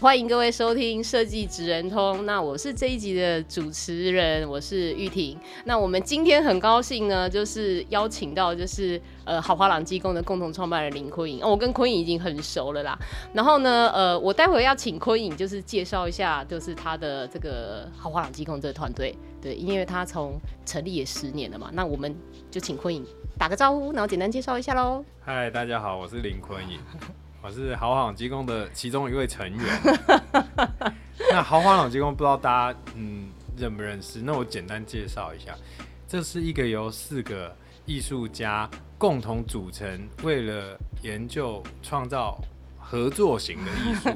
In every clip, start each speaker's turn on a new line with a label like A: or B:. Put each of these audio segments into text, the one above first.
A: 欢迎各位收听《设计职人通》，那我是这一集的主持人，我是玉婷。那我们今天很高兴呢，就是邀请到就是呃好滑朗机工的共同创办人林坤颖、哦，我跟坤颖已经很熟了啦。然后呢，呃，我待会要请坤颖就是介绍一下，就是他的这个好滑朗机工这个团队，对，因为他从成立也十年了嘛，那我们就请坤颖打个招呼，然后简单介绍一下喽。
B: 嗨，大家好，我是林坤颖，我是豪华朗机工的其中一位成员。 那豪华朗机工不知道大家嗯认不认识？那我简单介绍一下，这是一个由四个艺术家共同组成，为了研究创造合作型的艺术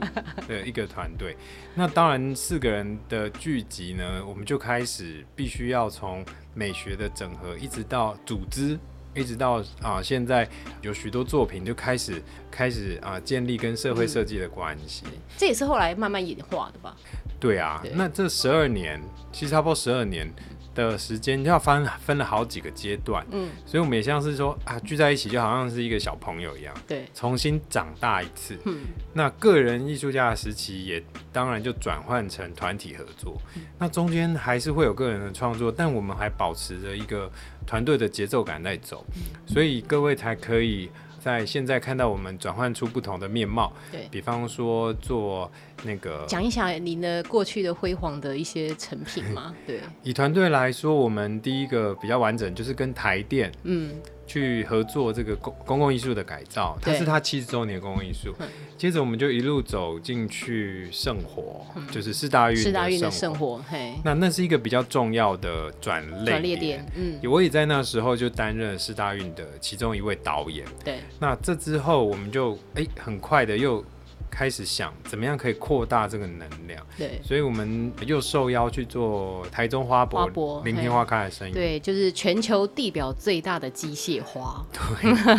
B: 的一个团队。那当然，四个人的聚集呢，我们就开始必须要从美学的整合，一直到组织，一直到啊、现在有许多作品就开始开始啊、建立跟社会设计的关系。
A: 这也是后来慢慢演化的吧？
B: 对啊，
A: 对
B: 那这十二年，其实差不多十二年的时间，要分分了好几个阶段，
A: 嗯，
B: 所以我们也像是说啊，聚在一起就好像是一个小朋友一样，
A: 对，
B: 重新长大一次。
A: 嗯。
B: 那个人艺术家的时期也当然就转换成团体合作，那中间还是会有个人的创作，但我们还保持着一个团队的节奏感在走，所以各位才可以在现在看到我们转换出不同的面貌。
A: 对
B: 比方说做那个
A: 讲一讲您的过去的辉煌的一些成品嘛？ 对，
B: 以团队来说，我们第一个比较完整就是跟台电
A: 嗯，
B: 去合作这个公公共艺术的改造，它
A: 对
B: 是它七十周年公共艺术
A: 嗯。
B: 接着我们就一路走进去圣火，就是四大运
A: 嗯四大运的
B: 圣
A: 圣
B: 火。
A: 火，嘿，
B: 那那是一个比较重要的转
A: 转
B: 类
A: 列点，嗯，
B: 我也在那时候就担任了四大运的其中一位导演。
A: 对，
B: 那这之后，我们就哎、很快的又开始想怎么样可以扩大这个能量。
A: 对，
B: 所以我们又受邀去做台中花博，
A: 花博
B: 聆听
A: 嘿
B: 花开的声音。
A: 对，就是全球地表最大的机械 花，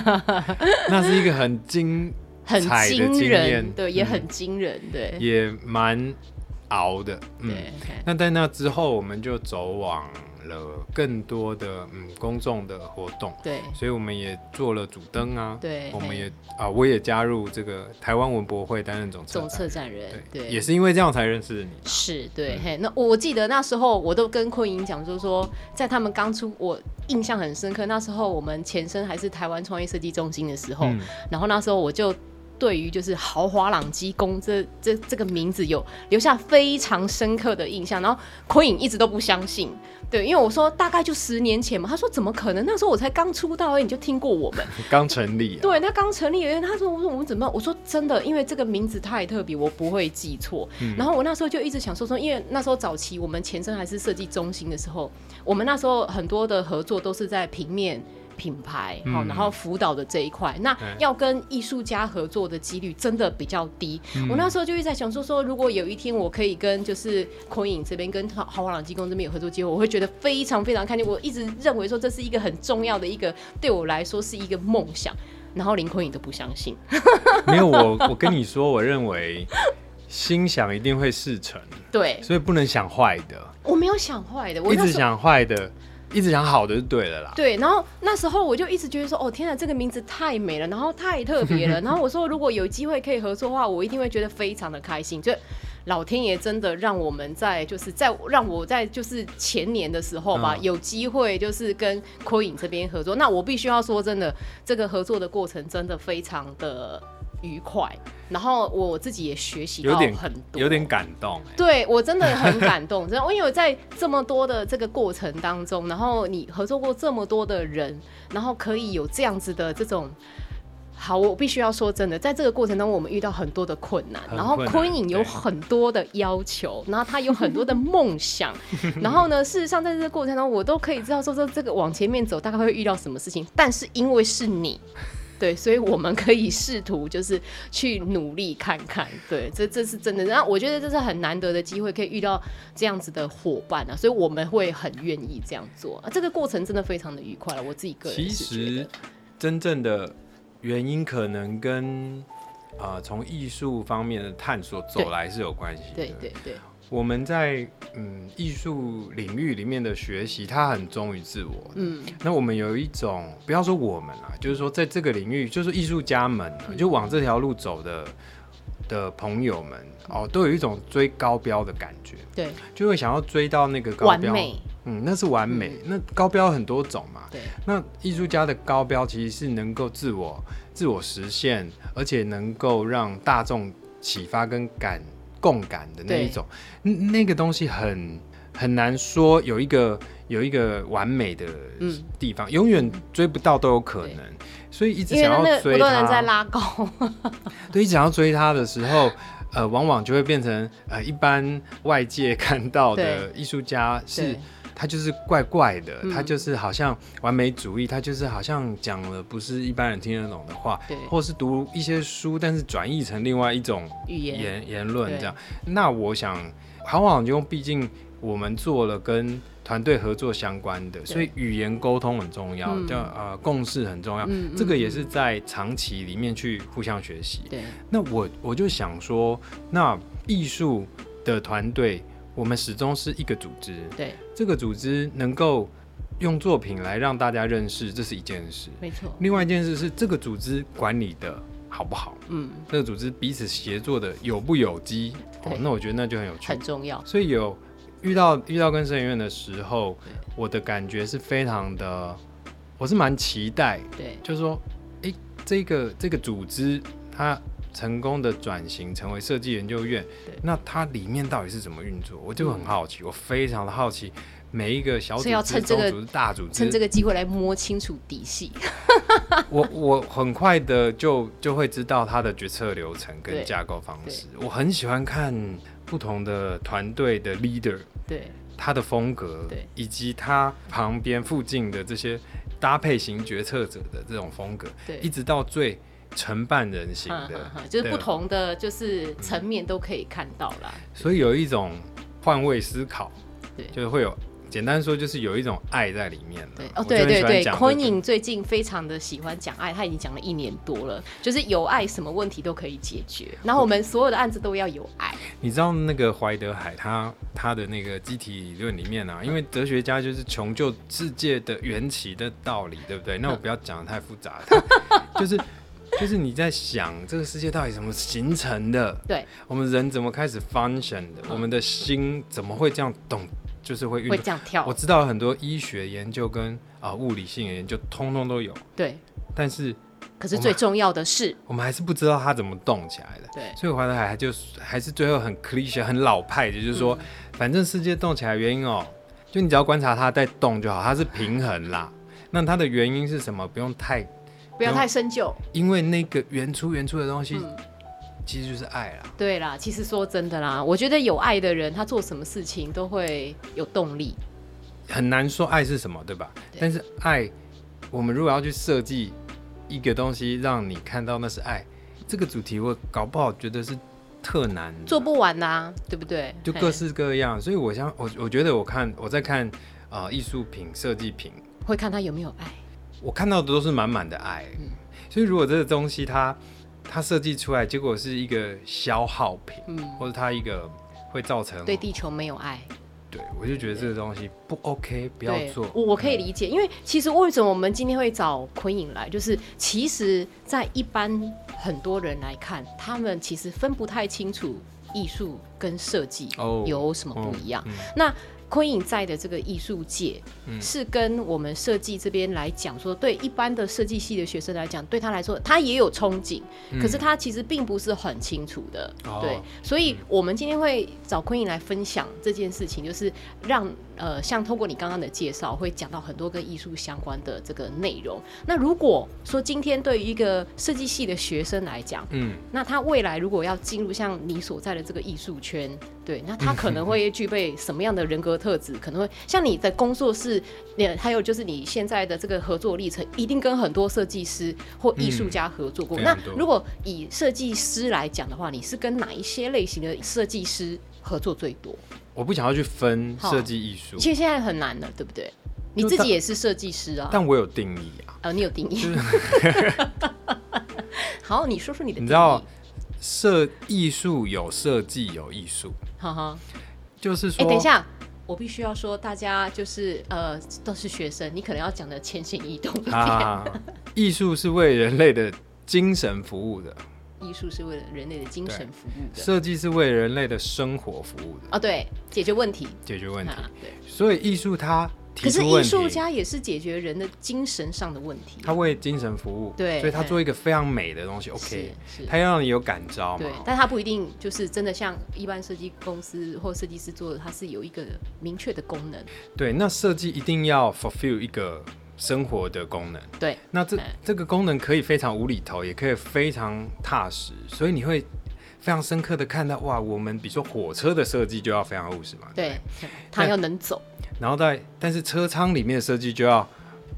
B: 那是一个很精，
A: 很
B: 彩的
A: 惊
B: 经
A: 人，
B: 验
A: 对，也
B: 嗯
A: 很惊人，对，
B: 也蛮熬的。嗯，
A: 对，嘿
B: 那在那之后，我们就走往了更多的嗯公众的活动，
A: 对，
B: 所以我们也做了主灯啊，
A: 对
B: 我
A: 嘿
B: 们也啊，我也加入这个台湾文博会担任总策
A: 总
B: 展，
A: 策展人
B: 对，，
A: 对，
B: 也是嗯因为这样才认识你。
A: 是对，嘿，那我记得那时候我都跟坤莹讲，就是说在他们刚出，我印象很深刻。那时候我们前身还是台湾创业设计中心的时候，
B: 嗯
A: 然后那时候我就对于就是豪华朗机工这这这个名字有留下非常深刻的印象。然后坤颖一直都不相信，对，因为我说大概就十年前嘛，他说怎么可能？那时候我才刚出道而已，你就听过我们。
B: 刚成立、啊，
A: 对他刚成立而已，他说我说我们怎么办？我说真的，因为这个名字太特别，我不会记错。然后我那时候就一直想说说，因为那时候早期我们前身还是设计中心的时候，我们那时候很多的合作都是在平面。品牌好，
B: 嗯
A: 然后辅导的这一块，那
B: 对
A: 要跟艺术家合作的几率真的比较低。
B: 嗯
A: 我那时候就一直在想说说，如果有一天我可以跟就是空影这边跟豪豪华朗机工这边有合作机会，我会觉得非常非常开心。我一直认为说这是一个很重要的一个对我来说是一个梦想。然后林坤颖都不相信，
B: 没有我，我跟你说，我认为心想一定会事成，
A: 对
B: 所以不能想坏的。
A: 我没有想坏的，我
B: 一
A: 那
B: 直
A: 时候。
B: 想坏的，一直想好的就对了啦。
A: 对，然后那时候我就一直觉得说，哦天哪，这个名字太美了，然后太特别 了，然后我说如果有机会可以合作的话，我一定会觉得非常的开心。就老天爷真的让我们在就是在让我在就是前年的时候吧，
B: 嗯
A: 有机会就是跟柯影这边合作。那我必须要说真的，这个合作的过程真的非常的愉快，然后我自己也学习
B: 有
A: 到
B: 点
A: 很多，
B: 有点感动、欸。
A: 对我真的很感动，真的，因为我在这么多的这个过程当中，然后你合作过这么多的人，然后可以有这样子的这种。好，我必须要说真的，在这个过程当中，我们遇到很多的困难，
B: 很
A: 然后
B: 困难
A: 昆颖有
B: 对
A: 很多的要求，然后他有很多的梦想，然后呢，事实上在这个过程当中，我都可以知道说说这个往前面走大概会遇到什么事情，但是因为是你，对，所以我们可以试图就是去努力看看，对，这这是真的。然后我觉得这是很难得的机会，可以遇到这样子的伙伴啊，所以我们会很愿意这样做、啊。这个过程真的非常的愉快了，我自己个
B: 其
A: 人是觉
B: 实
A: 得，
B: 真正的原因可能跟啊从艺术方面的探索走
A: 对
B: 来是有关系的。
A: 对对对，
B: 我们在嗯艺术领域里面的学习，它很忠于自我。
A: 嗯，
B: 那我们有一种，不要说我们啦，就是说在这个领域，就是艺术家们、啊，
A: 嗯
B: 就往这条路走的的朋友们
A: 嗯
B: 哦，都有一种追高标的感觉，
A: 对，
B: 就会想要追到那个高
A: 完
B: 标。
A: 美，
B: 嗯，那是完美。那高标很多种嘛，
A: 对，
B: 那艺术家的高标其实是能够自我自我实现，而且能够让大众启发跟感共感的那一种，嗯那个东西很很难说有一个有一个完美的
A: 嗯
B: 地方，永远追不到都有可能，所以一直
A: 因为
B: 想
A: 那
B: 要
A: 个
B: 追
A: 不断的在
B: 他，
A: 拉高，
B: 对，一直想要追他的时候。呃，往往就会变成呃，一般外界看到的艺术家是
A: 对
B: 他就是怪怪的，
A: 嗯
B: 他就是好像完美主义，他就是好像讲了不是一般人听得懂的话，
A: 对
B: 或是读一些书，但是转译成另外一种
A: 语言，
B: 言言论
A: 对
B: 这样。那我想，好网就毕竟我们做了跟团队合作相关的，所以语言沟通很重要，
A: 嗯
B: 叫呃共识很重要，
A: 嗯
B: 这个
A: 嗯
B: 也是在长期里面去互相学习。
A: 对，
B: 那我我就想说，那艺术的团队，我们始终是一个组织，
A: 对，
B: 这个组织能够用作品来让大家认识，这是一件事；
A: 没错，
B: 另外一件事是这个组织管理的好不好，
A: 嗯，
B: 这个组织彼此协作的有不有机。哦
A: 对，
B: 那我觉得那就很有趣
A: 很。重要，
B: 所以有遇到遇到跟生研院的时候
A: 对，
B: 我的感觉是非常的，我是蛮期待
A: 对，
B: 就是说，诶，这个这个组织它成功的转型成为设计研究院
A: 对，嗯
B: 那它里面到底是怎么运作？我就很好奇，我非常的好奇，每一个小组
A: 所以要
B: 织、
A: 趁这
B: 中
A: 个
B: 组织、大组织，
A: 趁这个机会来摸清楚底细，
B: 我我很快的就就会知道它的决策流程跟
A: 对
B: 架构方式。我很喜欢看不同的团队的 leader，
A: 对，
B: 他的风格，
A: 对
B: 以及他旁边附近的这些搭配型决策者的这种风格，
A: 对
B: 一直到最承办人型
A: 哈
B: 的
A: 哈，哈嗯就是不
B: 对。
A: 同的就是层面都可以看到啦。
B: 所以有一种换位思考，
A: 对
B: 就是会有简单说就是有一种爱在里面了
A: 对，
B: 我
A: 哦，
B: 就
A: 对
B: 很
A: 对
B: 喜欢
A: 对
B: 讲这个
A: ，Coining 最近非常的喜欢讲爱，他已经讲了一年多了，就是有爱，什么问题都可以解决。然后我们所有的案子都要有爱，
B: 你知道那个怀德海他他的那个机体理论里面
A: 嗯
B: 啊，因为哲学家就是穷究世界的缘起的道理，对不
A: 嗯
B: 对？那我不要讲的太复杂，他 就是就是你在想这个世界到底怎么形成的，
A: 对，嗯
B: 我们人怎么开始 function 的，我们的心怎么会这样懂，就是会运
A: 会
B: 动。
A: 这样跳
B: 嗯我，知道很多医学研究跟啊、物理性的研究，通通都有，
A: 对。
B: 但是
A: 可是最重要的是，
B: 我们还是不知道它怎么动起来的。
A: 对
B: 所以怀德海他就还是最后很 cliche、很老派的，就是说，
A: 嗯
B: 反正世界动起来原因哦，就你只要观察它在动就好，它是平衡啦。那它的原因是什么？不用太，
A: 不要太深究。
B: 因为那个原初原初的东西、
A: 嗯
B: 其实就是爱啦。
A: 对啦，其实说真的啦，我觉得有爱的人，他做什么事情都会有动力。
B: 很难说爱是什么，对吧？
A: 对
B: 但是爱，我们如果要去设计一个东西，让你看到那是爱，这个主题我搞不好觉得是特难的
A: 做不完啦，对不对？
B: 就
A: 嘿
B: 各式各样。所以我想，我我觉得我看我在看啊艺术品、设计品，
A: 会看他有没有爱。
B: 我看到的都是满满的爱。
A: 嗯
B: 所以如果这个东西它它设计出来，结果是一个消耗品，
A: 嗯，
B: 或者它一个会造成
A: 对地球没有爱，
B: 对我就觉得这个东西不 OK，不要
A: 对
B: 做。嗯
A: 我我可以理解，因为其实为什么我们今天会找昆影来，就是其实，在一般很多人来看，他们其实分不太清楚艺术跟设计
B: 哦
A: 有什么不一样。
B: 嗯
A: 那昆影在的这个艺术界，是跟我们设计这边来讲说，对一般的设计系的学生来讲，对他来说，他也有憧憬，可是他其实并不是很清楚的。
B: 哦
A: 对，所以我们今天会找昆影来分享这件事情，就是让呃，像透过你刚刚的介绍，会讲到很多跟艺术相关的这个内容。那如果说今天对于一个设计系的学生来讲，
B: 嗯，
A: 那他未来如果要进入像你所在的这个艺术圈，对，那
B: 嗯
A: 他可能会具备什么样的人格特质？可能会像你的工作室，呃，还有就是你现在的这个合作历程，一定跟很多设计师或艺术家合作过。
B: 嗯非
A: 那
B: 常多
A: 如果以设计师来讲的话，你是跟哪一些类型的设计师合作最多？
B: 我不想要去分
A: 好
B: 设计艺术，
A: 其实现在很难了，对不对？你
B: 就
A: 自
B: 大
A: 己也是设计师啊，
B: 但我有定义啊。
A: 呃，你有定义。 好，你说说你的定义，
B: 你知道，设艺术有设计有艺术，
A: 哈哈。
B: 就是
A: 哎、
B: 说，
A: 等一，下，我必须要说，大家就是呃，都是学生，你可能要讲的浅显易懂一点。
B: 啊，艺术是为人类的精神服务的，
A: 艺术是为了人类的精神服务的。
B: 设计是为人类的生活服务的，
A: 哦，对，解决问题。
B: 解决问题。
A: 啊、对。
B: 所以艺术它提
A: 可是
B: 出
A: 艺
B: 问
A: 术
B: 题，
A: 家也是解决人的精神上的问题。
B: 它为精神服务，
A: 对
B: 所以它
A: 对
B: 做一个非常美的东西。OK，
A: 是是。
B: 它要让你有感召嘛
A: 对，，但他不一定就是真的像一般设计公司或设计师做的，它是有一个明确的功能。
B: 对，那设计一定要 fulfill 一个生活的功能。
A: 对，
B: 那这
A: 嗯
B: 这个功能可以非常无厘头，也可以非常踏实，所以你会非常深刻的看到，哇，我们比如说火车的设计就要非常务实嘛，不
A: 对，他要能走。
B: 然后在但是车舱里面的设计就要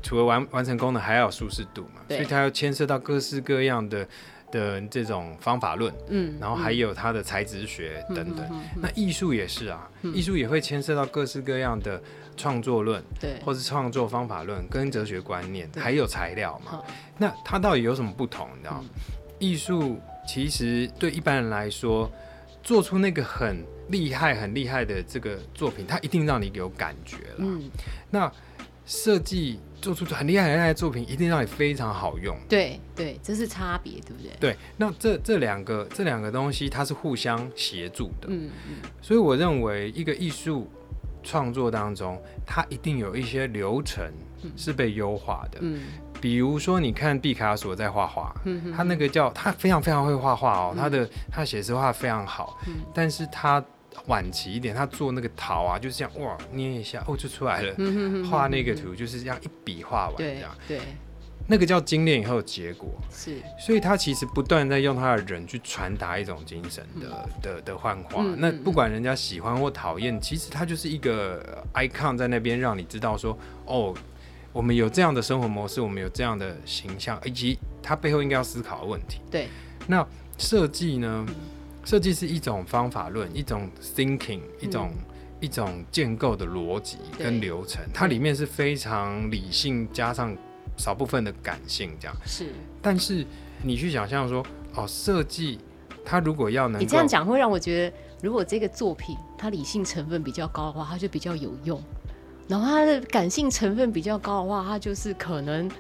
B: 除了完完成功能，还要有舒适度嘛，
A: 对
B: 所以它要牵涉到各式各样的的这种方法论，
A: 嗯，
B: 然后还有它的材质学等等。那艺术也是啊，
A: 嗯
B: 艺术也会牵涉到各式各样的创作论，
A: 对，
B: 或是创作方法论跟哲学观念，
A: 对
B: 还有材料嘛
A: 好。嗯
B: 那它到底有什么不同？你知道吗？艺术其实对一般人来说，做出那个很厉害、很厉害的这个作品，它一定让你有感觉了。
A: 嗯，
B: 那设计做出很厉害、很厉害的作品，一定让你非常好用。
A: 对对，这是差别，对不对？
B: 对，那这这两个这两个东西，它是互相协助的。
A: 嗯嗯，
B: 所以我认为一个艺术创作当中，它一定有一些流程是被优化的。
A: 嗯，
B: 比如说，你看毕卡索在画画，
A: 嗯
B: 他那个叫他非常非常会画画哦，他的他写实画非常好，
A: 嗯
B: 但是他晚期一点，他做那个陶啊，就是这样哇捏一下哦就出来了。
A: 嗯哼哼
B: 画那个图就是这样一笔画完这
A: 对
B: 样，
A: 对
B: 那个叫精炼以后的结果，
A: 是，
B: 所以他其实不断在用他的人去传达一种精神的、的的幻化。
A: 嗯嗯
B: 那不管人家喜欢或讨厌，其实他就是一个呃 icon 在那边，让你知道说，哦，我们有这样的生活模式，我们有这样的形象，以及他背后应该要思考的问题。
A: 对
B: 那设计呢？
A: 嗯
B: 设计是一种方法论，一种 thinking，一种、一种建构的逻辑跟
A: 嗯对
B: 流程，它里面是非常理性加上少部分的感性这样。
A: 是。
B: 但是你去想象说，哦，设计它如果要能
A: 你
B: 够
A: 这样讲会让我觉得，如果这个作品它理性成分比较高的话，它就比较有用；然后它的感性成分比较高的话，它就是可能……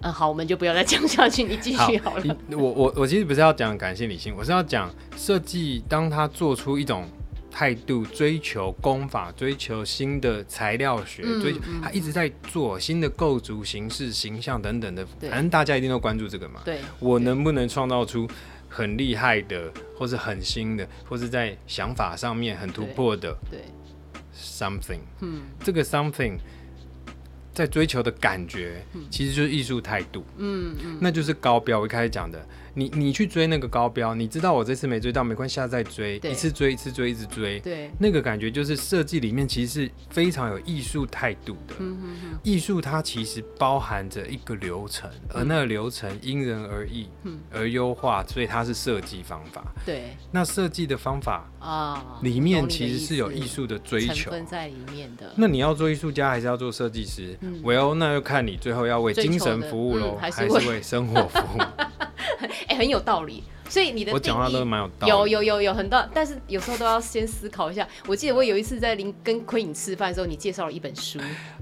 A: 嗯，好，我们就不要再讲下去，你继续好了。
B: 你我我我其实不是要讲感性理性，我是要讲设计，当他做出一种态度，追求工法，追求新的材料学，
A: 嗯
B: 追求
A: 嗯
B: 他一直在做新的构筑形式、形象等等的，
A: 对
B: 反正大家一定都关注这个嘛。
A: 对，
B: 我能不能创造出很厉害的，或是很新的，或是在想法上面很突破的
A: 对，
B: something？
A: 嗯
B: 这个 something 在追求的感觉，其实就是艺术态度，
A: 嗯嗯，
B: 那就是高标。我一开始讲的，你你去追那个高标，你知道我这次没追到，没关系，下次再追，
A: 对
B: 一次追一次追一次追，
A: 对，
B: 那个感觉就是设计里面其实是非常有艺术态度的。
A: 嗯嗯嗯，
B: 艺术它其实包含着一个流程，而那个流程因人而异，
A: 嗯
B: 而优化，所以它是设计方法。
A: 对
B: 那设计的方法
A: 啊，
B: 里面其实是有
A: 我懂你的意
B: 艺
A: 思
B: 术的追
A: 成
B: 求，
A: 分在里面的。
B: 那你要做艺术家还是要做设计师、？Well，那就看你最后要为
A: 追求
B: 精神服务
A: 嗯
B: 喽、
A: 的嗯还是
B: 还是
A: 为
B: 为生活服 务？
A: 哎、很有道理。所以你的
B: 我
A: 定
B: 讲话
A: 义
B: 都蛮有道理。
A: 有有有有很多，但是有时候都要先思考一下。我记得我有一次在林跟昆影吃饭的时候，你介绍了一本书，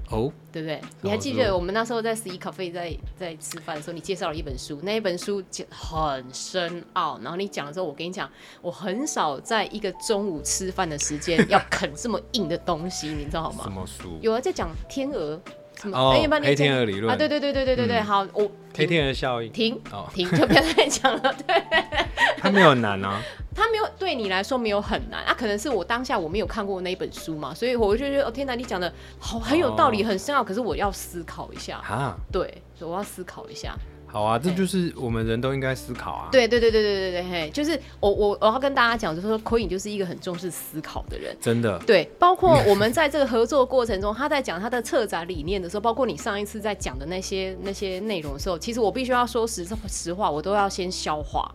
B: 哦，
A: 对不对？你还记不
B: 书
A: 记得我们那时候在十一 cafe 在在吃饭的时候，你介绍了一本书，那一本书讲很深奥。然后你讲的时候，我跟你讲，我很少在一个中午吃饭的时间 要啃这么硬的东西，你知道
B: 什
A: 吗？
B: 么书？
A: 有啊，在讲天鹅什么？
B: 哦
A: 哎要不然你
B: 黑
A: 讲
B: 天鹅理论
A: 啊，对对对对对对对，
B: 嗯
A: 好，我
B: 黑
A: 停
B: 天鹅效应，
A: 停
B: 哦
A: 停，就不要再讲了。对，
B: 它没有很难啊，
A: 它没有对你来说没有很难，啊，可能是我当下我没有看过那一本书嘛，所以我就觉得哦天哪，你讲的好很有道理，
B: 哦
A: 很深奥，可是我要思考一下，
B: 啊，
A: 对，所以我要思考一下。
B: 好啊，这就是我们人都应该思考啊。，
A: 对对对对对对对，嘿，就是我我我要跟大家讲，就是说柯颖就是一个很重视思考的人。
B: 真的，
A: 对，包括我们在这个合作过程中，他在讲他的策展理念的时候，包括你上一次在讲的那些那些内容的时候，其实我必须要说实实话，我都要先消化，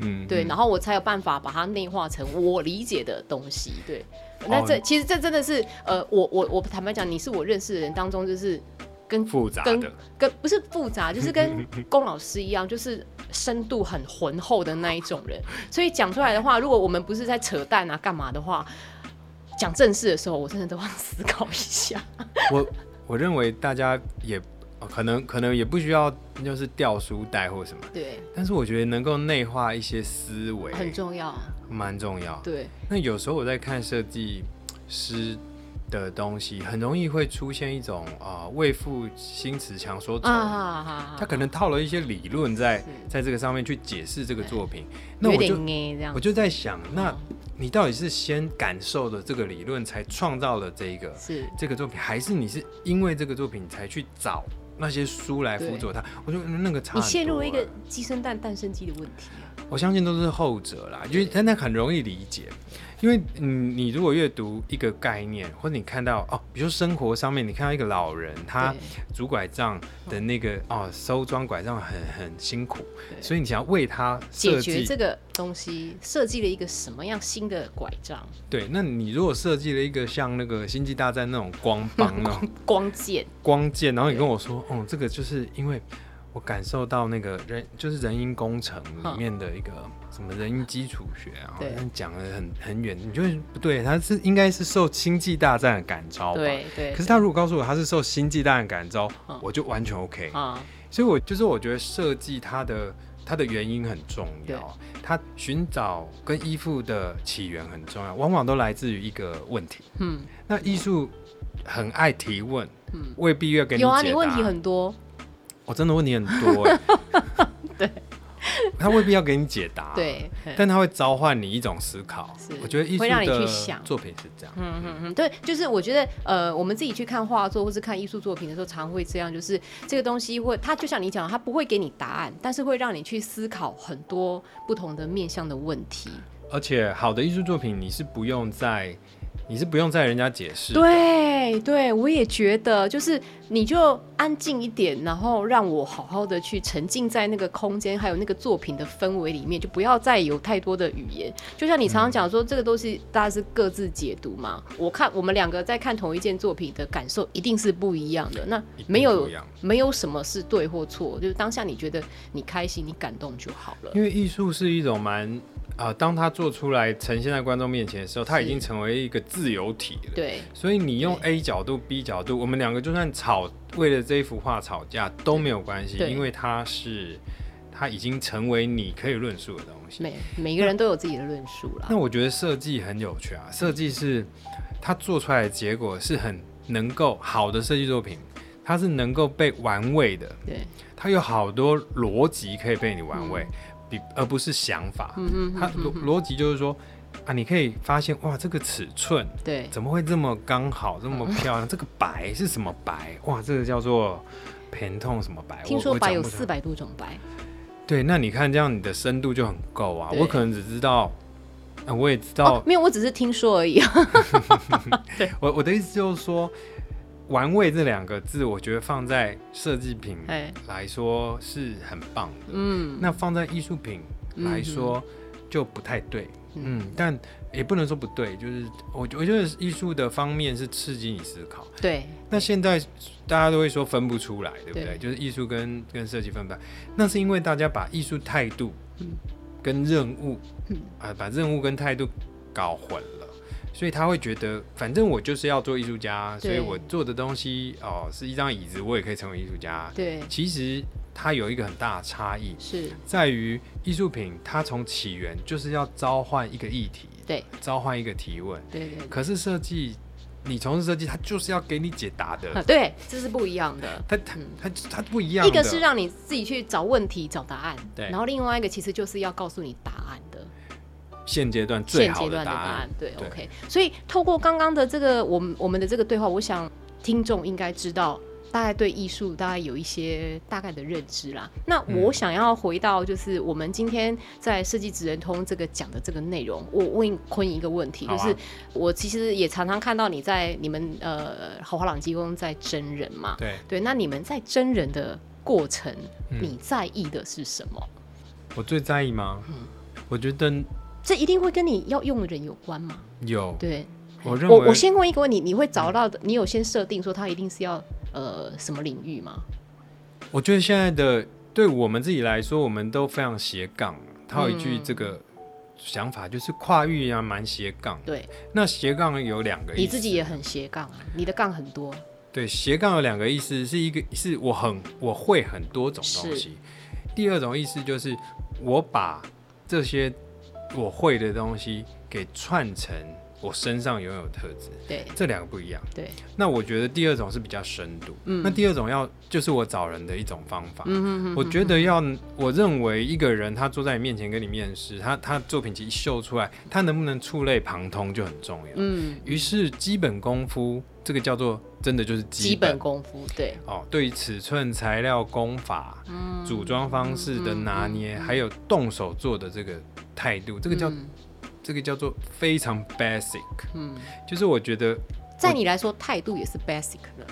B: 嗯，
A: 对，
B: 嗯
A: 然后我才有办法把它内化成我理解的东西。对，那
B: 哦
A: 这其实这真的是呃，我我我坦白讲，你是我认识的人当中，就是跟
B: 复杂
A: 跟
B: 的，
A: 跟不是复杂，就是 跟龚老师一样，就是深度很浑厚的那一种人。所以讲出来的话，如果我们不是在扯淡啊干嘛的话，讲正事的时候，我真的都要 思考一下。
B: 我我认为大家也哦可能可能也不需要就是掉书袋或什么，
A: 对，
B: 但是我觉得能够内化一些思维
A: 很重要。
B: 蛮重要。
A: 对，
B: 那有时候我在看设计师的东西，很容易会出现一种啊、为赋新词强说愁。
A: 啊，
B: 他可能套了一些理论在
A: 是
B: 在这个上面去解释这个作品，那
A: 有
B: 我
A: 点
B: 就
A: 哎这样
B: 我。就在想，那你到底是先感受了这个理论，才创造了这一个
A: 是
B: 这个作品，还是你是因为这个作品才去找那些书来辅佐它？我觉得那个差
A: 你
B: 很
A: 陷入
B: 多
A: 了一个
B: 欸
A: 鸡生蛋蛋生鸡的问题啊、
B: 我相信都是后者啦，因为但那很容易理解，因为你你如果阅读一个概念，或者你看到哦，比如说生活上面你看到一个老人，他
A: 对嗯
B: 拄拐杖的那个哦，收装拐杖很很辛苦，
A: 对
B: 所以你想要为他
A: 解
B: 设
A: 决
B: 计
A: 这个东西，设计了一个什么样新的拐杖、
B: 对，那你如果设计了一个像那个《星际大战》那种 光棒、那种
A: 光剑？
B: 光剑，然后你跟我说，哦、这个就是因为我感受到那个人就是人因工程里面的一个什么人因基础学啊，
A: 对
B: 但讲的很很远，你就会不对，它是应该是受《星际大战》的感召吧？。
A: 对对，
B: 可是他如果告诉我他是受《星际大战》的感召
A: 嗯，
B: 我就完全 OK。
A: 啊，
B: 所以我就是我觉得设计它的它的原因很重
A: 对
B: 要，它寻找跟依附的起源很重要，往往都来自于一个问题。
A: 嗯
B: 那艺术很爱提问，
A: 嗯，
B: 未必要给你
A: 有啊，
B: 解
A: 你
B: 答
A: 问题很多，
B: 我、真的问题很多、欸，
A: 对，
B: 他未必要给你解答，，
A: 对，
B: 啊但他会召唤你一种思考
A: 是。
B: 我觉得艺术
A: 会让你去
B: 的
A: 想
B: 作品是这样，
A: 嗯嗯嗯，对，就是我觉得，呃，我们自己去看画作或是看艺术作品的时候，常会这样，就是这个东西会，它就像你讲的，它不会给你答案，但是会让你去思考很多不同的面向的问题。
B: 而且好的艺术作品你是不用再你是不用再人家解释，
A: 对对，我也觉得，就是你就安静一点，然后让我好好的去沉浸在那个空间，还有那个作品的氛围里面，就不要再有太多的语言。就像你常
B: 嗯
A: 常讲说，这个东西大家是各自解读嘛。我看我们两个在看同一件作品的感受一定是不一样的，那
B: 一定
A: 没有
B: 不一样
A: 没有什么是对或错，就是当下你觉得你开心、你感动就好了。
B: 因为艺术是一种蛮啊、呃当它做出来呈现在观众面前的时候，它
A: 是
B: 已经成为一个自由体了。，
A: 对
B: 所以你用
A: 对
B: A 角度、B 角度，我们两个就算吵，为了这一幅画吵架都没有关系，
A: 对
B: 因为它是它已经成为你可以论述的东西。
A: 每每个人都有自己的论述啦
B: 那。我觉得设计很有趣啊，设计是它做出来的结果是很能够好的设计作品，它是能够被玩味的，
A: 对，
B: 它有好多逻辑可以被你玩味，比而不是想法。
A: 嗯嗯
B: 它
A: 嗯嗯，
B: 逻逻辑就是说啊，你可以发现哇，这个尺寸
A: 对。
B: 怎么会这么刚好，这
A: 嗯
B: 么漂亮？这个白是什么白？哇，这个叫做偏痛什么白？
A: 听
B: 我
A: 说白有。
B: 我讲不
A: 四
B: 出
A: 百多种白，
B: 来对，那你看这样你的深度就很够啊。
A: 对
B: 我可能只知道，呃我也知
A: 哦
B: 道，，
A: 没有，我只是听说而已。啊
B: 我我的意思就是说。玩味这两个字，我觉得放在设计品
A: 哎，
B: 来说是很棒的。
A: 嗯，
B: 那放在艺术品来说就不太对，
A: 嗯
B: 嗯，但也不能说不对，就是我我觉得艺术的方面是刺激你思考。
A: 对，
B: 那现在大家都会说分不出来，对不
A: 对
B: 对？就是艺术跟跟设计分不出来，那是因为大家把艺术态度
A: 嗯
B: 跟任务
A: 嗯
B: 啊、把任务跟态度搞混了。所以他会觉得，反正我就是要做艺术家，所
A: 对
B: 以我做的东西哦是一张椅子，我也可以成为艺术家。
A: 对，
B: 其实它有一个很大的差异，
A: 是，
B: 在于艺术品它从起源就是要召唤一个议题，
A: 对，
B: 召唤一个提问。
A: 对对
B: 可是设计，你从事设计，它就是要给你解答
A: 对，啊
B: 的，
A: 对，这是不一样的。
B: 它它
A: 嗯
B: 它它不一样
A: 一
B: 的。
A: 个是让你自己去找问题、找答案，
B: 对
A: 然后另外一个其实就是要告诉你答案的，
B: 现阶段最
A: 现
B: 好
A: 阶
B: 的
A: 段的
B: 答
A: 答
B: 案
A: 案。。对
B: 对
A: o k 所以透过刚刚的这个我们我们的这个对话，我想听众应该知道。大概对艺术大概有一些大概的认知啦。那我
B: 嗯
A: 想要回到就是我们今天在设计职人通这个讲的这个内容，我问坤一个问题，
B: 好
A: 就
B: 啊
A: 是我其实也常常看到你在你们呃豪华朗基宫在真人嘛，
B: 对，
A: 对，那你们在真人的过程，
B: 嗯
A: 你在意的是什么？
B: 我最在意吗？
A: 嗯
B: 我觉得
A: 这一定会跟你要用的人有关吗？
B: 有，
A: 对，
B: 我认为
A: 我我先问一个问题，你会找到的，你有先设定说他一定是要呃什么领域吗？
B: 我觉得现在的对我们自己来说，我们都非常斜杠。他有一句
A: 嗯
B: 这个想法，就是跨域啊，蛮斜杠。
A: 对，
B: 那斜杠有两个意思，
A: 你自己也很斜杠啊，你的杠很多，
B: 对斜杠有两个意思，是一个是我很我会很多种东西，第二种意思就是我把这些我会的东西给串成我身上拥有的特质，
A: 对
B: 这两个不一样。
A: 对，
B: 那我觉得第二种是比较深度，
A: 嗯
B: 那第二种要就是我找人的一种方法。
A: 嗯
B: 我觉得要，我认为一个人他坐在你面前跟你面试，他他作品集一秀出来，他能不能触类旁通就很重要。
A: 嗯，
B: 于是基本功夫，这个叫做真的就是基
A: 基
B: 本
A: 本功夫，对，
B: 哦，对于尺寸、材料、工法、
A: 嗯
B: 组装方式的拿捏，还有动手做的这个态度，这
A: 这
B: 个叫、这个叫做非常 basic，
A: 嗯，
B: 就是我觉得
A: 在你来说态度也是 basic 的，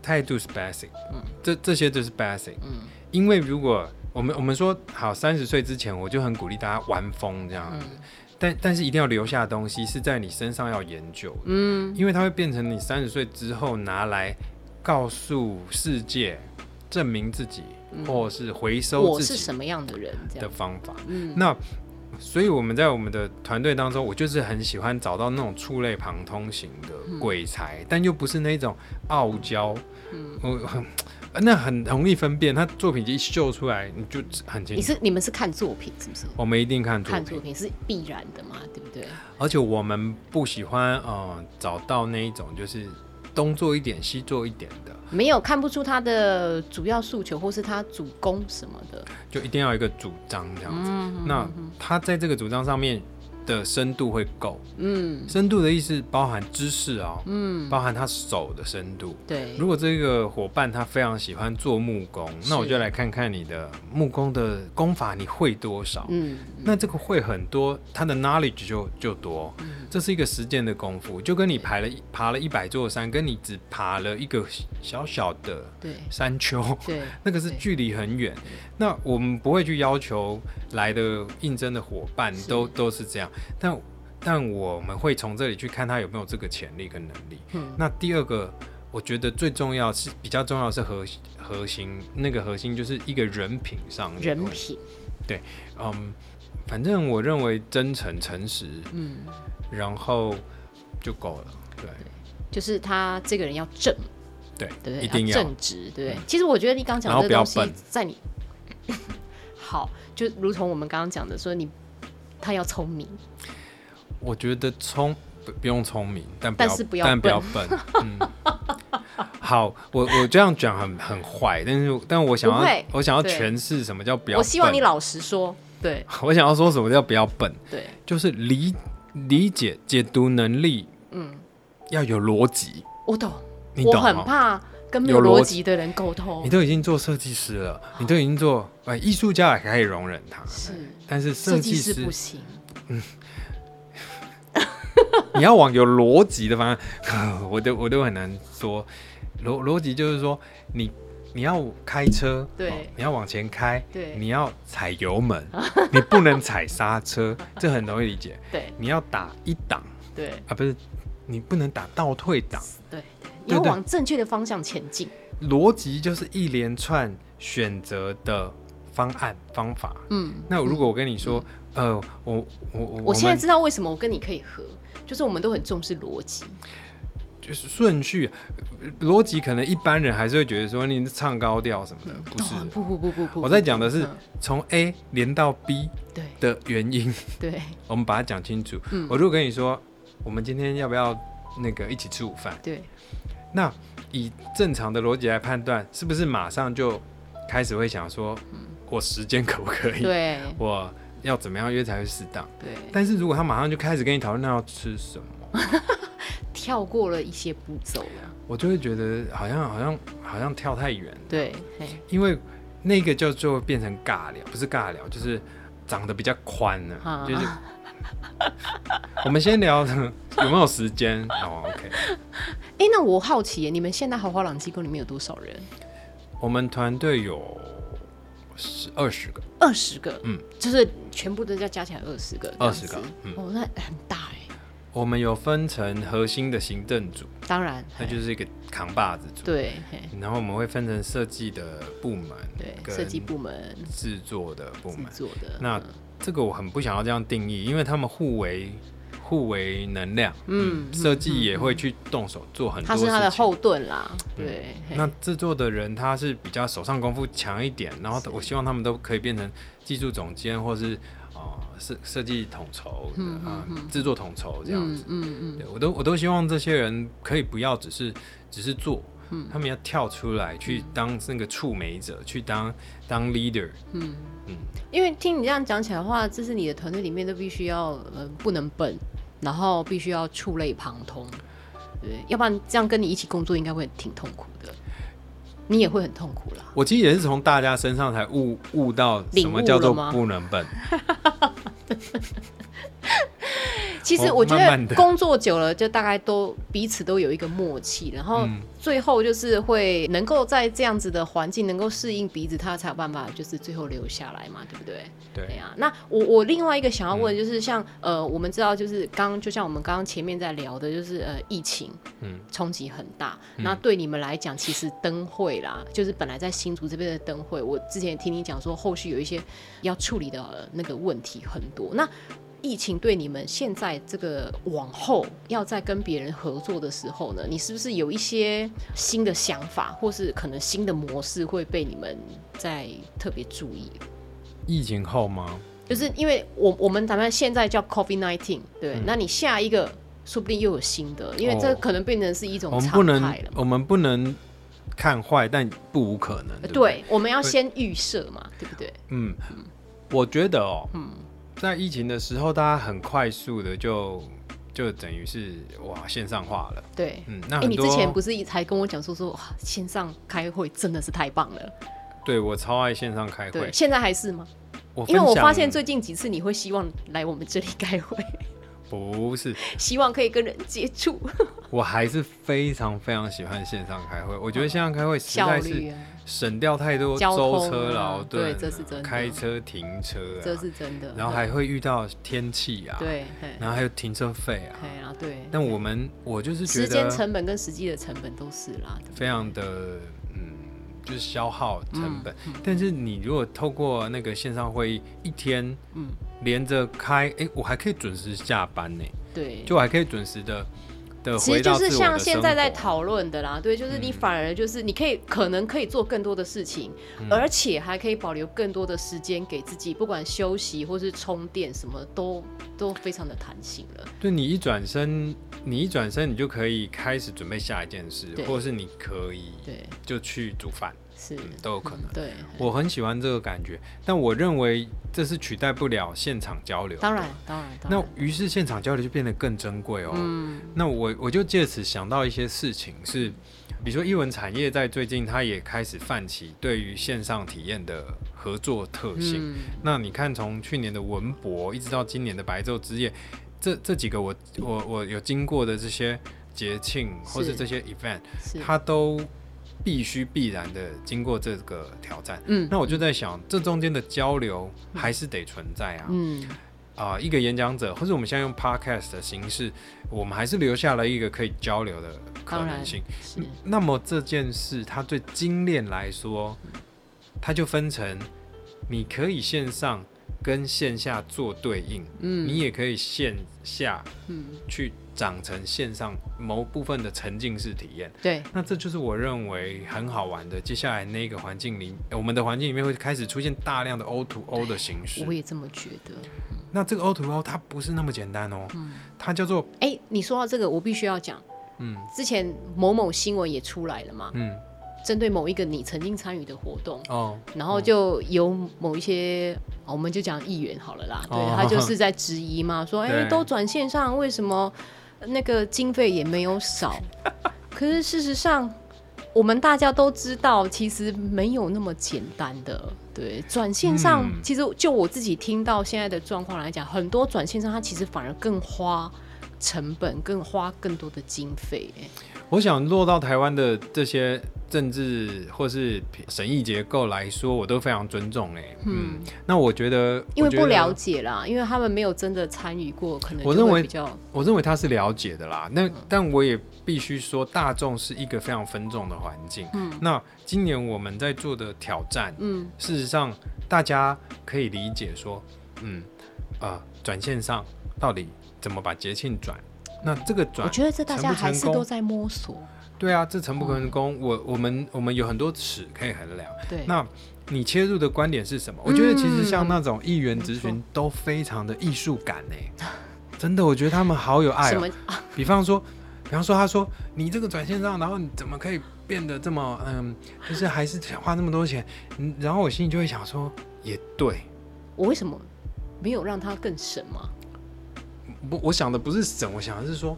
B: 态度是 basic，
A: 嗯
B: 这这些就是 basic，
A: 嗯
B: 因为如果我们我们说好三十岁之前，我就很鼓励大家玩疯这样子，
A: 嗯
B: 但但是一定要留下的东西是在你身上要研究的，
A: 嗯，
B: 因为它会变成你三十岁之后拿来告诉世界、证明自己，或是回收
A: 嗯我
B: 自
A: 是
B: 己
A: 什么样的人这
B: 的
A: 样，
B: 方法。
A: 嗯
B: 那所以我们在我们的团队当中，我就是很喜欢找到那种触类旁通型的鬼才，但又不是那种傲娇，
A: 嗯
B: 我 很那很容易分辨。他作品集一秀出来，你就很清
A: 你
B: 楚。
A: 是你们是看作品是不是？
B: 我们一定看作
A: 看
B: 品
A: 作，品是必然的嘛，对不对？
B: 而且我们不喜欢呃找到那一种就是东做一点西做一点的，
A: 没有看不出他的主要诉求，或是他主攻什么的。
B: 就一定要有一个主张这样子。
A: 嗯
B: 那他在这个主张上面的深度会够，
A: 嗯
B: 深度的意思包含知识哦，
A: 嗯，
B: 包含他手的深度。
A: 对，
B: 如果这个伙伴他非常喜欢做木工，
A: 是
B: 那我就来看看你的木工的功法你会多少。
A: 嗯
B: 那这个会很多，他的 knowledge 就就多，
A: 嗯
B: 这是一个实践的功夫，就跟你爬了一爬了一百座山，跟你只爬了一个小小的
A: 对
B: 山丘，
A: 对，
B: 那个是
A: 对
B: 距离很远。那我们不会去要求来的应征的伙伴
A: 是
B: 都都是这样，但但我们会从这里去看他有没有这个潜力跟能力。
A: 嗯
B: 那第二个，我觉得最重要是比较重要的是核核心，那个核心就是一个人品上面
A: 人品，
B: 嗯，反正我认为真诚、诚实，
A: 嗯，
B: 然后就够了。对，
A: 就是他这个人要正，
B: 对
A: 对不对？
B: 一定要嗯
A: 正直，对不对？其实我觉得你刚讲
B: 然后
A: 的这
B: 不要
A: 东西
B: 笨，
A: 在你好，就如同我们刚刚讲的，说你他要聪明，
B: 我觉得聪不不用聪明，但不
A: 但
B: 要
A: 是不要
B: 但不要笨。嗯， 好，我我这样讲很很坏，但是但我想
A: 不
B: 要
A: 会
B: 我想要
A: 对
B: 诠释什么叫不要
A: 我
B: 笨。
A: 希望你老实说，对
B: 我想要说什么叫不要笨，
A: 对，
B: 就是理理解解读能力
A: 嗯，
B: 要有逻辑。
A: 我懂，
B: 你
A: 我
B: 懂
A: 很
B: 哦
A: 怕跟没有
B: 有逻
A: 逻
B: 辑
A: 辑的人沟通
B: 你，都已经做设计师了，你都已经做，哎，艺术家也可以容忍他，
A: 是
B: 但是设
A: 设
B: 计
A: 计
B: 师
A: 师不行。
B: 你要往有逻辑的方向， 我都我都很难说。逻逻辑就是说，你你要开车，哦
A: 对
B: 你要往前开，
A: 对
B: 你要踩油门，你不能踩刹车，这很容易理解。
A: 对
B: 你要打一档
A: 对
B: 啊，不是，你不能打倒退档。
A: 对对，你
B: 对
A: 要
B: 对
A: 往正确的方向前进。
B: 逻辑就是一连串选择的方案方法。
A: 嗯，
B: 那如果我跟你说，呃，我我我
A: 我
B: 我
A: 现在
B: 们
A: 知道为什么我跟你可以合，就是我们都很重视逻辑。
B: 就是顺序呃逻辑，可能一般人还是会觉得说你唱高调什么的，嗯不是
A: 哦。不不不不不，
B: 我在讲的是
A: 嗯
B: 从 A 连到 B
A: 对
B: 的原因，
A: 对，
B: 我们把它讲清楚。
A: 嗯
B: 我如果跟你说，我们今天要不要那个一起吃午饭？
A: 对
B: 那以正常的逻辑来判断，是不是马上就开始会想说，我时间可不可以？
A: 嗯对
B: 我要怎么样约才会适当。
A: 对，
B: 但是如果他马上就开始跟你讨论那要吃什么，
A: 跳过了一些步骤了。
B: 我就会觉得好像好像好像跳太远了，
A: 对，嘿
B: 因为那个叫做变成尬聊，不是尬聊，就是长得比较宽了，
A: 啊
B: 就是。我们先聊 有没有时间哦，OK。
A: 哎、那我好奇耶，你们现在豪华朗机构里面有多少人？
B: 我们团队有十二十个，
A: 二十个，
B: 嗯，
A: 就是全部都加加起来二十个，这样子
B: 20个嗯
A: 哦，那很大哎，
B: 我们有分成核心的行政组，
A: 当然，
B: 那就是一个扛把子组。
A: 对嘿
B: 然后我们会分成设计的部门，
A: 对，
B: 跟
A: 设计部门
B: 制作的部门
A: 制。作的，
B: 那这个我很不想要这样定义，因为他们互为互为能量。
A: 嗯
B: 设计也会去动手做很多
A: 他
B: 事
A: 是
B: 情。嗯
A: 他的后盾啦，对，嘿
B: 那制作的人他是比较手上功夫强一点，然后我希望他们都可以变成技术总监或是哦设设计统筹
A: 嗯
B: 啊
A: 嗯嗯
B: 制作统筹这样
A: 嗯
B: 子。
A: 嗯嗯，
B: 对我都我都希望这些人可以不要只是只是做，
A: 嗯
B: 他们要跳出来去当那个触媒者，去当当 leader。
A: 嗯
B: 嗯，
A: 因为听你这样讲起来的话，这是你的团队里面都必须要呃不能笨，然后必须要触类旁通，对，要不然这样跟你一起工作应该会挺痛苦的，你也会很痛苦啦。
B: 我其实也是从大家身上才悟悟到什么叫做
A: 领悟了吗
B: 不能笨。
A: 其实
B: 哦
A: 我觉
B: 慢慢
A: 得
B: 地
A: 工作久了，就大概都彼此都有一个默契，然后
B: 嗯
A: 最后就是会能够在这样子的环境能够适应彼此，他才有办法就是最后留下来嘛，对不对？对
B: 对，嗯
A: 啊，那我我另外一个想要问的就是像，呃，我们知道就是刚就像我们刚刚前面在聊的，就是呃疫情
B: 嗯
A: 冲击很大，
B: 嗯
A: 那对你们来讲，其实灯会啦，就是本来在新竹这边的灯会，我之前也听你讲说后续有一些要处理的呃那个问题很多，那。疫情对你们现在这个往后要在跟别人合作的时候呢，你是不是有一些新的想法，或是可能新的模式会被你们在特别注意？
B: 疫情后吗？
A: 就是因为我我们咱们现在叫 COVID nineteen，对，那你下一个说不定又有新的，因为这
B: 嗯哦
A: 可能变成是一种
B: 我们不
A: 常
B: 能
A: 态了嘛。
B: 我们不能看坏，但不无可能。对
A: 呃
B: 不对，
A: 对，我们要先预设嘛，对不对？
B: 嗯，我觉得哦，
A: 嗯
B: 在疫情的时候，大家很快速的就就等于是哇线上化了。
A: 对。
B: 嗯，那
A: 哎、
B: 很
A: 你
B: 多
A: 之前不是才跟我讲说说哇，线上开会真的是太棒了，
B: 对我超爱线上开
A: 对，
B: 会，
A: 现在还是吗？
B: 我
A: 因为
B: 分
A: 我
B: 享
A: 发现最近几次你会希望来我们这里开会，
B: 不是，
A: 希望可以跟人接触，
B: 我还是非常非常喜欢线上开会。我觉得线上开会 实
A: 嗯效
B: 在是
A: 率啊，
B: 省掉太多
A: 交通啊
B: 舟车劳顿、
A: 对这是真的
B: 开车停车、啊，
A: 这是真的。
B: 然后还会遇到天气啊，，
A: 对，嘿
B: 然后还有停车费啊。
A: 嘿啊，对。
B: 但我们我就是觉
A: 时间
B: 得
A: 成本跟实际的成本都是啦，对不对
B: 非常的嗯，就是消耗成本。
A: 嗯
B: 但是你如果透过那个线上会议一天，
A: 嗯
B: 连着开，哎、我还可以准时下班呢，
A: 对，
B: 就我还可以准时的的
A: 其实
B: 呃回
A: 就
B: 到
A: 是
B: 自我
A: 像
B: 的
A: 现
B: 生
A: 在在
B: 活。
A: 讨论的啦，对，就是你反而就是你可以可能可以做更多的事情，
B: 嗯
A: 而且还可以保留更多的时间给自己，不管休息或是充电，什么都都非常的弹性了。
B: 对你一转身，你一转身，你就可以开始准备下一件事
A: 对，
B: 或者是你可以
A: 对，
B: 就去煮饭，
A: 是
B: 嗯，都有可能。
A: 对，
B: 我很喜欢这个感觉，但我认为这是取代不了现场交流。
A: 当然，当然，当
B: 那
A: 然，
B: 于是现场交流就变得更珍贵哦。
A: 嗯，
B: 那我我就借此想到一些事情是，比如说艺文产业在最近它也开始泛起对于线上体验的合作特性。
A: 嗯，
B: 那你看，从去年的文博一直到今年的白昼之夜，这这几个我我我有经过的这些节庆或是
A: 是
B: 这些 event，
A: 是，
B: 它都必须必然的经过这个挑战。
A: 嗯
B: 那我就在想，这中间的交流还是得存在啊。
A: 嗯，
B: 啊、一个演讲者，或者我们现在用 podcast 的形式，我们还是留下了一个可以交流的可
A: 当然
B: 能性。
A: 是，
B: 那么这件事，它对精炼来说，它就分成你可以线上跟线下做对应，
A: 嗯，
B: 你也可以线下
A: 嗯，
B: 去长成线上某部分的沉浸式体验。
A: 对，
B: 那这就是我认为很好玩的。接下来那个环境里，我们的环境里面会开始出现大量的 O to O 的形式
A: 我。也这么觉得。
B: 那这个 O to O 它不是那么简单哦，
A: 嗯
B: 它叫做
A: 哎，你说到这个，我必须要讲，
B: 嗯
A: 之前某某新闻也出来了嘛，
B: 嗯
A: 针对某一个你曾经参与的活动，
B: 哦，
A: 然后就有某一些，哦我们就讲议员好了啦，对、
B: 哦
A: 他就是在质疑 嘛，说哎、
B: 对
A: 都转线上，为什么那个经费也没有少？ 可是事实上，我们大家都知道，其实没有那么简单的。对，转线上、
B: 嗯
A: 其实就我自己听到现在的状况来讲，很多转线上它其实反而更花成本，更花更多的经费、哎
B: 我想落到台湾的这些政治或是审议结构来说，我都非常尊重哎、嗯，那我觉得，
A: 因为不了
B: 解，
A: 解啦，因为他们没有真的参与过，可能
B: 我
A: 就
B: 认
A: 会
B: 为
A: 比较
B: 我认为他是了解的啦。
A: 嗯
B: 那、但我也必须说，大众是一个非常分众的环境。嗯，那今年我们在做的挑战，
A: 嗯
B: 事实上大家可以理解说，嗯啊，转、线上到底怎么把节庆转？那这个转
A: 我觉得这大
B: 成
A: 家
B: 不成
A: 还是
B: 功
A: 都嗯在摸索，
B: 对啊，这成不成功，我我们我们有很多尺可以衡量。
A: 对，嗯
B: 那你切入的观点是什么？我觉得其实像那种议员咨
A: 没
B: 询都非常的艺术感呢、真的，我觉得他们好有爱
A: 什
B: 哦、
A: 么啊
B: 比方说，比方说，他说你这个转线上，然后你怎么可以变得这么嗯，就是还是花那么多钱？嗯然后我心里就会想说，也对，
A: 我为什么没有让他更神嘛？
B: 不，我想的不是省，我想的是说，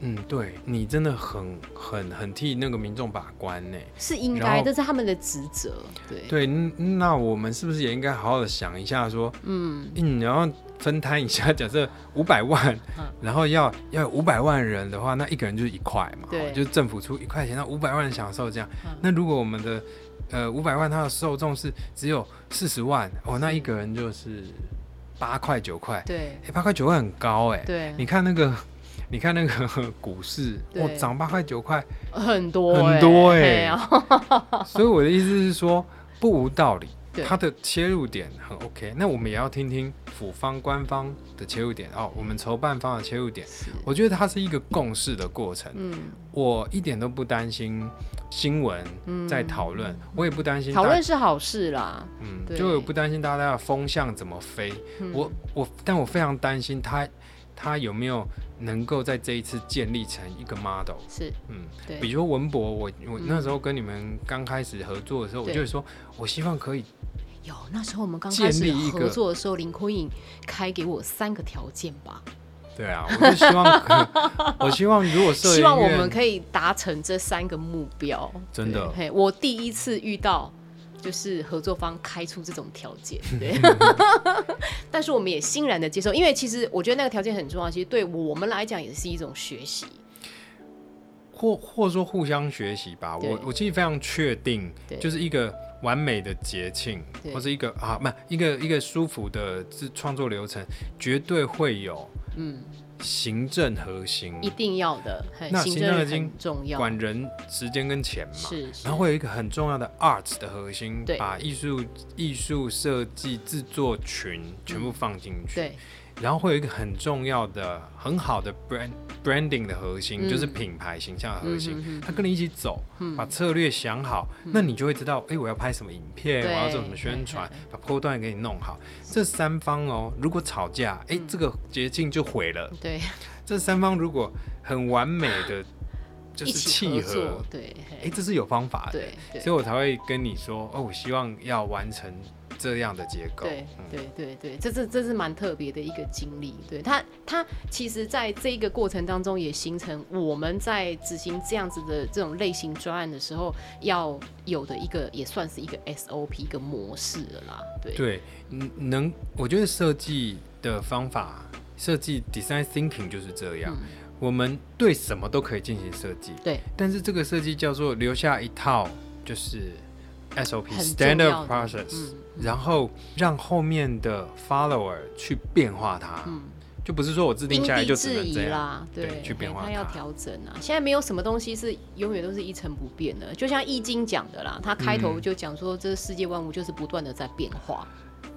B: 嗯，对你真的很很很替那个民众把关呢、
A: 是应
B: 然
A: 该，
B: 后
A: 这是他们的职责，对，
B: 对，嗯那我们是不是也应该好好的想一下说，
A: 嗯，
B: 嗯，然后分摊一下， 假设五百万，
A: 嗯
B: 然后要要五百万人的话，那一个人就是一块嘛，
A: 对
B: 哦就是政府出一块钱，那五百万人享受这样。
A: 嗯
B: 那如果我们的呃五百万它的受众是只有四十万，哦，那一个人就是八块九块，
A: 对，
B: 哎，八块九块很高哎，
A: 对
B: 你看那个。 你看那个股市，
A: 对
B: 哦，涨八块 九块，
A: 很多欸
B: 很多欸
A: 对啊，
B: 所以我的意思是说，不无道理
A: 对，
B: 它的切入点很 OK。那我们也要听听府方官方的切入点哦，我们筹办方的切入点。
A: 是
B: 我觉得它是一个共识的过程，
A: 嗯，
B: 我一点都不担心新闻在讨论，我也不担心
A: 嗯
B: 大
A: 讨论是好事啦，
B: 嗯，
A: 对嗯
B: 就我不担心大家的风向怎么飞，我我但我非常担心它它有没有能够在这一次建立成一个 model，
A: 是
B: 嗯，
A: 对嗯
B: 比如说文博，我我那时候跟你们刚开始合作的时候，我
A: 对
B: 就会说，我希望可以
A: 有那时候我们刚开始
B: 建立一个
A: 合作的时候，林坤颖开给我三个条件吧，
B: 对啊，我就希望可，我希望 如果摄 影
A: 希望我们
B: 院
A: 可以达成这三个目标。
B: 真的
A: 对嘿，我第一次遇到就是合作方开出这种条 件，对， 但是我们也欣然的接受，因为其实我觉得那个条件很重要，其实对我们来讲也是一种学习。
B: 或或说互相学习吧。
A: 对
B: 我我其实非常确定
A: 对，
B: 就是一个完美的节庆
A: 对，
B: 或是一个啊，不，一个一个舒服的制创作流程，绝对会有
A: 嗯，
B: 行政核心，
A: 一定要的，嘿
B: 那
A: 行
B: 行政
A: 政
B: 已经
A: 很重要，
B: 管人时间跟钱嘛。
A: 是是
B: 然后会有一个很重要的 arts 的核心
A: 对，
B: 把艺术、艺术设计制作群全
A: 嗯
B: 部放进去。
A: 对
B: 然后会有一个很重要的、很好的 brand branding 的核心，
A: 嗯
B: 就是品牌形象的核心。
A: 嗯哼哼嗯
B: 他跟你一起走，把策略想好，那你就会知道，哎，我要拍什么影片，
A: 对
B: 我要做什么宣传
A: 对，
B: 把波段给你弄好。这三方哦，如果吵架，哎，
A: 嗯
B: 这个捷径就毁了。
A: 对，
B: 这三方如果很完美 的就
A: 一
B: 是
A: 起
B: 契
A: 合
B: 合
A: 作，，对
B: 哎，
A: 嘿
B: 这是有方法的。
A: 对对。
B: 所以我才会跟你说，哦，我希望要完成这样的结构。
A: 对
B: 嗯
A: 对对对，这是这是蛮特别的一个经历。对他，他其实在这一个过程当中，也形成我们在执行这样子的这种类型专案的时候，要有的一个也算是一个 SOP 一个模式了啦。对
B: 对，嗯能，我觉得设计的方法，设计 design thinking 就是这样。
A: 嗯
B: 我们对什么都可以进行设计，
A: 对
B: 但是这个设计叫做留下一套就是 SOP
A: 很重要的
B: standard process，、
A: 嗯
B: 然后让后面的 follower 去变化它，就不是说我制定
A: 嗯因
B: 下来
A: 地
B: 就只
A: 制
B: 能
A: 宜
B: 这样。
A: 啦，
B: 对去变
A: 嘿
B: 化
A: 它要
B: 它
A: 调整啊。现在没有什么东西是永远都是一成不变的，就像《易经》讲的啦，它开头
B: 嗯
A: 就讲说，这世界万物就是不断的在变化。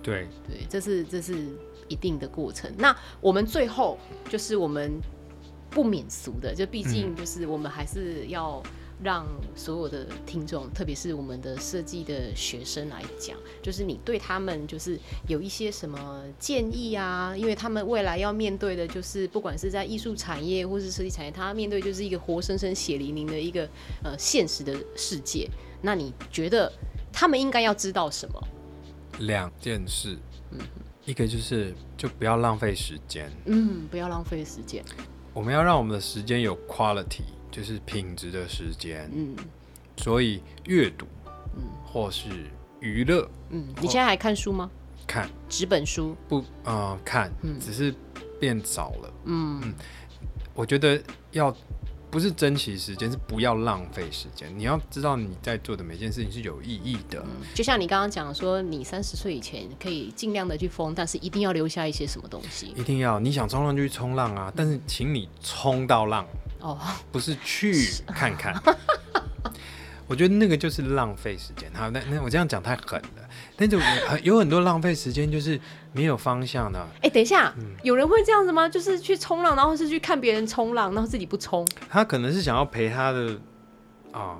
B: 对，
A: 对，这是这是一定的过程。那我们最后就是我们不免俗的，就毕竟就是我们还是要让所有的听众，特别是我们的设计的学生来讲，就是你对他们就是有一些什么建议啊？因为他们未来要面对的就是不管是在艺术产业或是设计产业，他面对就是一个活生生血淋淋的一个呃现实的世界。那你觉得他们应该要知道什么？
B: 两件事，一个就是就不要浪费时间，
A: 嗯，不要浪费时间。
B: 我们要让我们的时间有 quality，就是品质的时间。
A: 嗯
B: 所以阅读，或是娱乐
A: 嗯，你现在还看书吗？
B: 看
A: 纸本书？
B: 不呃看，只是变少了。
A: 嗯
B: 我觉得要不是珍惜时间，是不要浪费时间。你要知道你在做的每件事情是有意义的。
A: 嗯，就像你刚刚讲说，你三十岁以前可以尽量的去疯，但是一定要留下一些什么东西
B: 一定要你想冲浪就去冲浪啊，但是请你冲到浪，
A: 哦。
B: 不是去看看。 我觉得那个就是浪费时间。好，那那我这样讲太狠了。但是我有很多浪费时间，就是没有方向的。
A: 哎、等一下，有人会这样子吗？就是去冲浪，然后是去看别人冲浪，然后自己不冲。
B: 他可能是想要陪他的啊、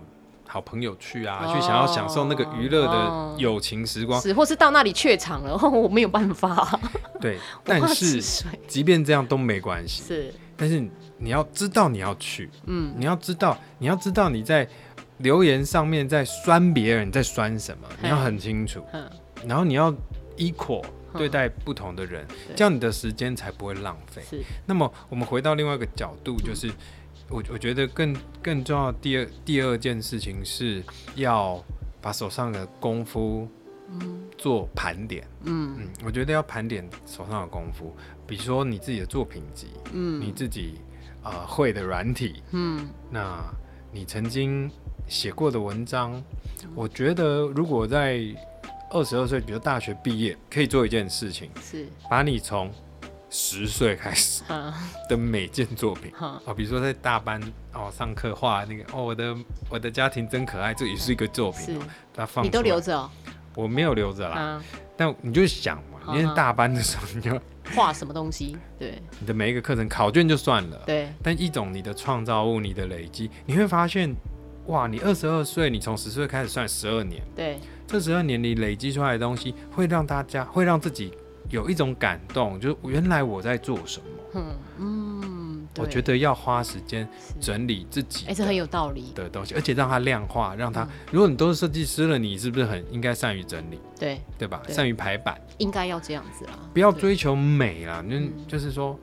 B: 好朋友去啊，
A: 哦
B: 去想要享受那个娱乐
A: 哦
B: 的友情时光。
A: 是，或是到那里怯场了， 我没有办法，
B: 对，
A: 我
B: 但
A: 怕吃
B: 是
A: 水
B: 即便这样都没关系。
A: 是，
B: 但是你要知道你要去，
A: 嗯，
B: 你要知道你要知道你在留言上面在酸别人，你在酸什么，你要很清楚。
A: 嗯
B: 然后你要 equal 对待不同的人，这样你的时间才不会浪费。
A: 是，
B: 那么我们回到另外一个角度，就是我我觉得更更重要的第二第二件事情是要把手上的功夫做盘点。
A: 嗯
B: 嗯，我觉得要盘点手上的功夫，比如说你自己的作品集，你
A: 嗯
B: 自己呃会的软体，
A: 嗯
B: 那你曾经写过的文章，
A: 嗯
B: 我觉得如果在二十二岁，比如大学毕业，可以做一件事情，
A: 是，嗯
B: 把你从十岁开始
A: 哈
B: 的每件作品。
A: 哈，
B: 哦，比如说在大班哦上课画那个哦，我的我的家庭真可爱，这也是一个作
A: 嗯是
B: 品、哦，，它放
A: 你都
B: 出来
A: 留，着哦，
B: 我没有留着啦。
A: 啊，
B: 但你就想嘛，
A: 嗯
B: 因为大班的时候，你要
A: 画什么东西？对
B: 你的每一个课程考卷就算了，
A: 对，
B: 但一种你的创造物，你的累积，你会发现，哇，你二十二岁，你从十岁开始算十二年，
A: 对，
B: 这十二年里累积出来的东西，会让大家会让自己有一种感动，就是原来我在做什么。
A: 嗯嗯，
B: 我
A: 对
B: 觉得要花时间
A: 是
B: 整理自己
A: 哎、
B: 的
A: 这很有嗯道理，
B: 的东西，而且让它量化，让它。如果你都是设计师了，你是不是很应该善于整理，
A: 对，
B: 对吧？
A: 对
B: 善于排版，
A: 应该要这样子啦，
B: 不要
A: 对，
B: 追求美啦，那
A: 嗯
B: 就是说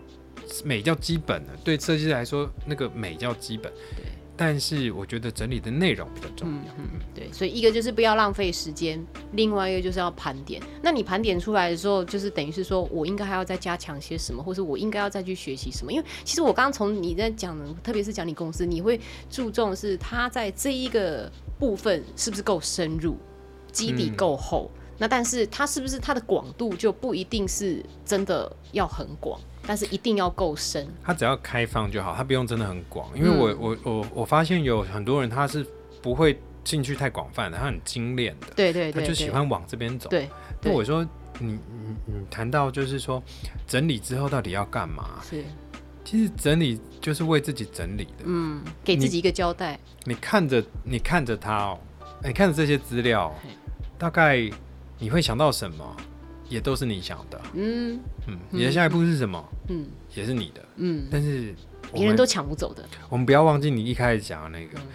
B: 美叫基本的，对设计师来说，那个美叫基本。
A: 对，
B: 但是我觉得整理的内容比较重
A: 嗯
B: 要。
A: 嗯，对，所以一个就是不要浪费时间，另外一个就是要盘点。那你盘点出来的时候，就是等于是说我应该还要再加强些什么，或是我应该要再去学习什么？因为其实我刚刚从你在讲的，特别是讲你公司，你会注重是它在这一个部分是不是够深入，基底
B: 嗯
A: 够厚。那但是它是不是它的广度就不一定是真的要很广，但是一定要够深。
B: 它只要开放就好，它不用真的很广。因为
A: 嗯
B: 我、我我我发现有很多人他是不会兴趣太广泛的，他很精炼的，
A: 对对
B: 他
A: 对，
B: 就喜
A: 对
B: 欢往这边走。
A: 对
B: 那我说你你你谈到就是说整理之后到底要干嘛？
A: 是
B: 其实整理就是为自己整理的。
A: 嗯，给自
B: 你
A: 己一个交代。
B: 你看着你看着它哦，你看着这些资料哦
A: 嘿，
B: 大概你会想到什么，也都是你想的。
A: 嗯
B: 嗯，你的下一步是什么，
A: 嗯。
B: 也是你的。
A: 嗯，
B: 但是我
A: 别人
B: 们
A: 都抢不走的。
B: 我们不要忘记你一开始讲的那个，
A: 嗯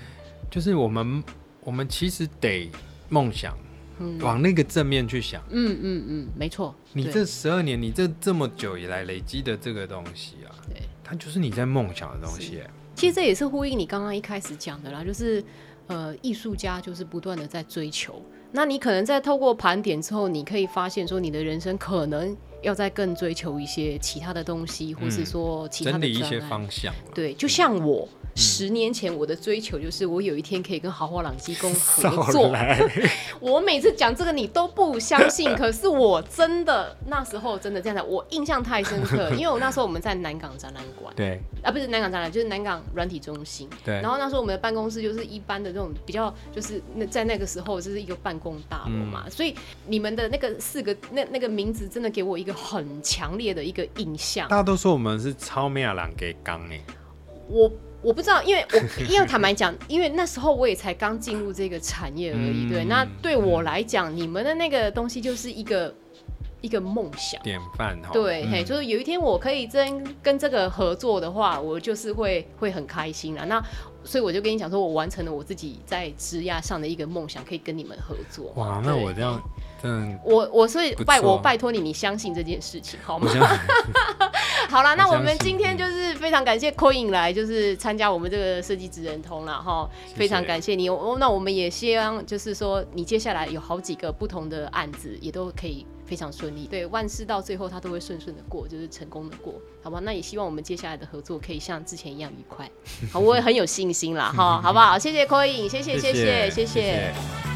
B: 就是我们我们其实得梦想，
A: 嗯
B: 往那个正面去想。
A: 嗯嗯嗯，没错。
B: 你
A: 对
B: 这十二年，你这这么久以来累积的这个东西啊，
A: 对，
B: 它就是你在梦想的东西。
A: 其实这也是呼应你刚刚一开始讲的啦，就是呃，艺术家就是不断的在追求。那你可能在透过盘点之后，你可以发现说，你的人生可能要再更追求一些其他的东西，或是
B: 嗯
A: 说其他的
B: 整理一些
A: 专案
B: 方向啊。
A: 对，就像我、十年前我的追求就是，我有一天可以跟豪华朗基公 合
B: 少
A: 作。
B: 来，
A: 我每次讲这个你都不相信， 可是我真的那时候真的这样的，我印象太深刻，因为我那时候我们在南港展览馆
B: 对
A: 啊，不是南港展览，就是南港软体中心。
B: 对，
A: 然后那时候我们的办公室就是一般的那种比较，就是那在那个时候就是一个办公大楼嘛，所以你们的那个四个那那个名字真的给我一个很强烈的一个印象
B: 大。家都说我们是超美亚朗给刚哎，
A: 我我不知道，因为 我因为坦白讲，因为那时候我也才刚进入这个产业而已。
B: 嗯
A: 对，那对我来讲，你们的那个东西就是一个一个梦想。
B: 典范哈。
A: 对，
B: 嗯
A: 嘿，就是有一天我可以真跟这个合作的话，我就是会会很开心啦。那所以我就跟你讲说，我完成了我自己在职涯上的一个梦想，可以跟你们合作。
B: 哇，那
A: 对
B: 我这样真的，
A: 我我所以
B: 不错啊
A: 拜我拜托你，你相信这件事情好
B: 我
A: 吗？
B: 想
A: 好啦，那
B: 我
A: 我
B: 相
A: 们
B: 信
A: 今天就是非常感谢 Coin 来，就是参加我们这个设计职人通啦。哈，
B: 谢谢
A: 非常感谢你。哦那我们也希望就是说，你接下来有好几个不同的案子，也都可以非常顺利。对，万事到最后它都会顺顺的过，就是成功的过，好吧？那也希望我们接下来的合作可以像之前一样 愉快。好，我也很有信心啦，哈，好不好？谢谢 Coin，谢谢，
B: 谢
A: 谢，谢
B: 谢谢。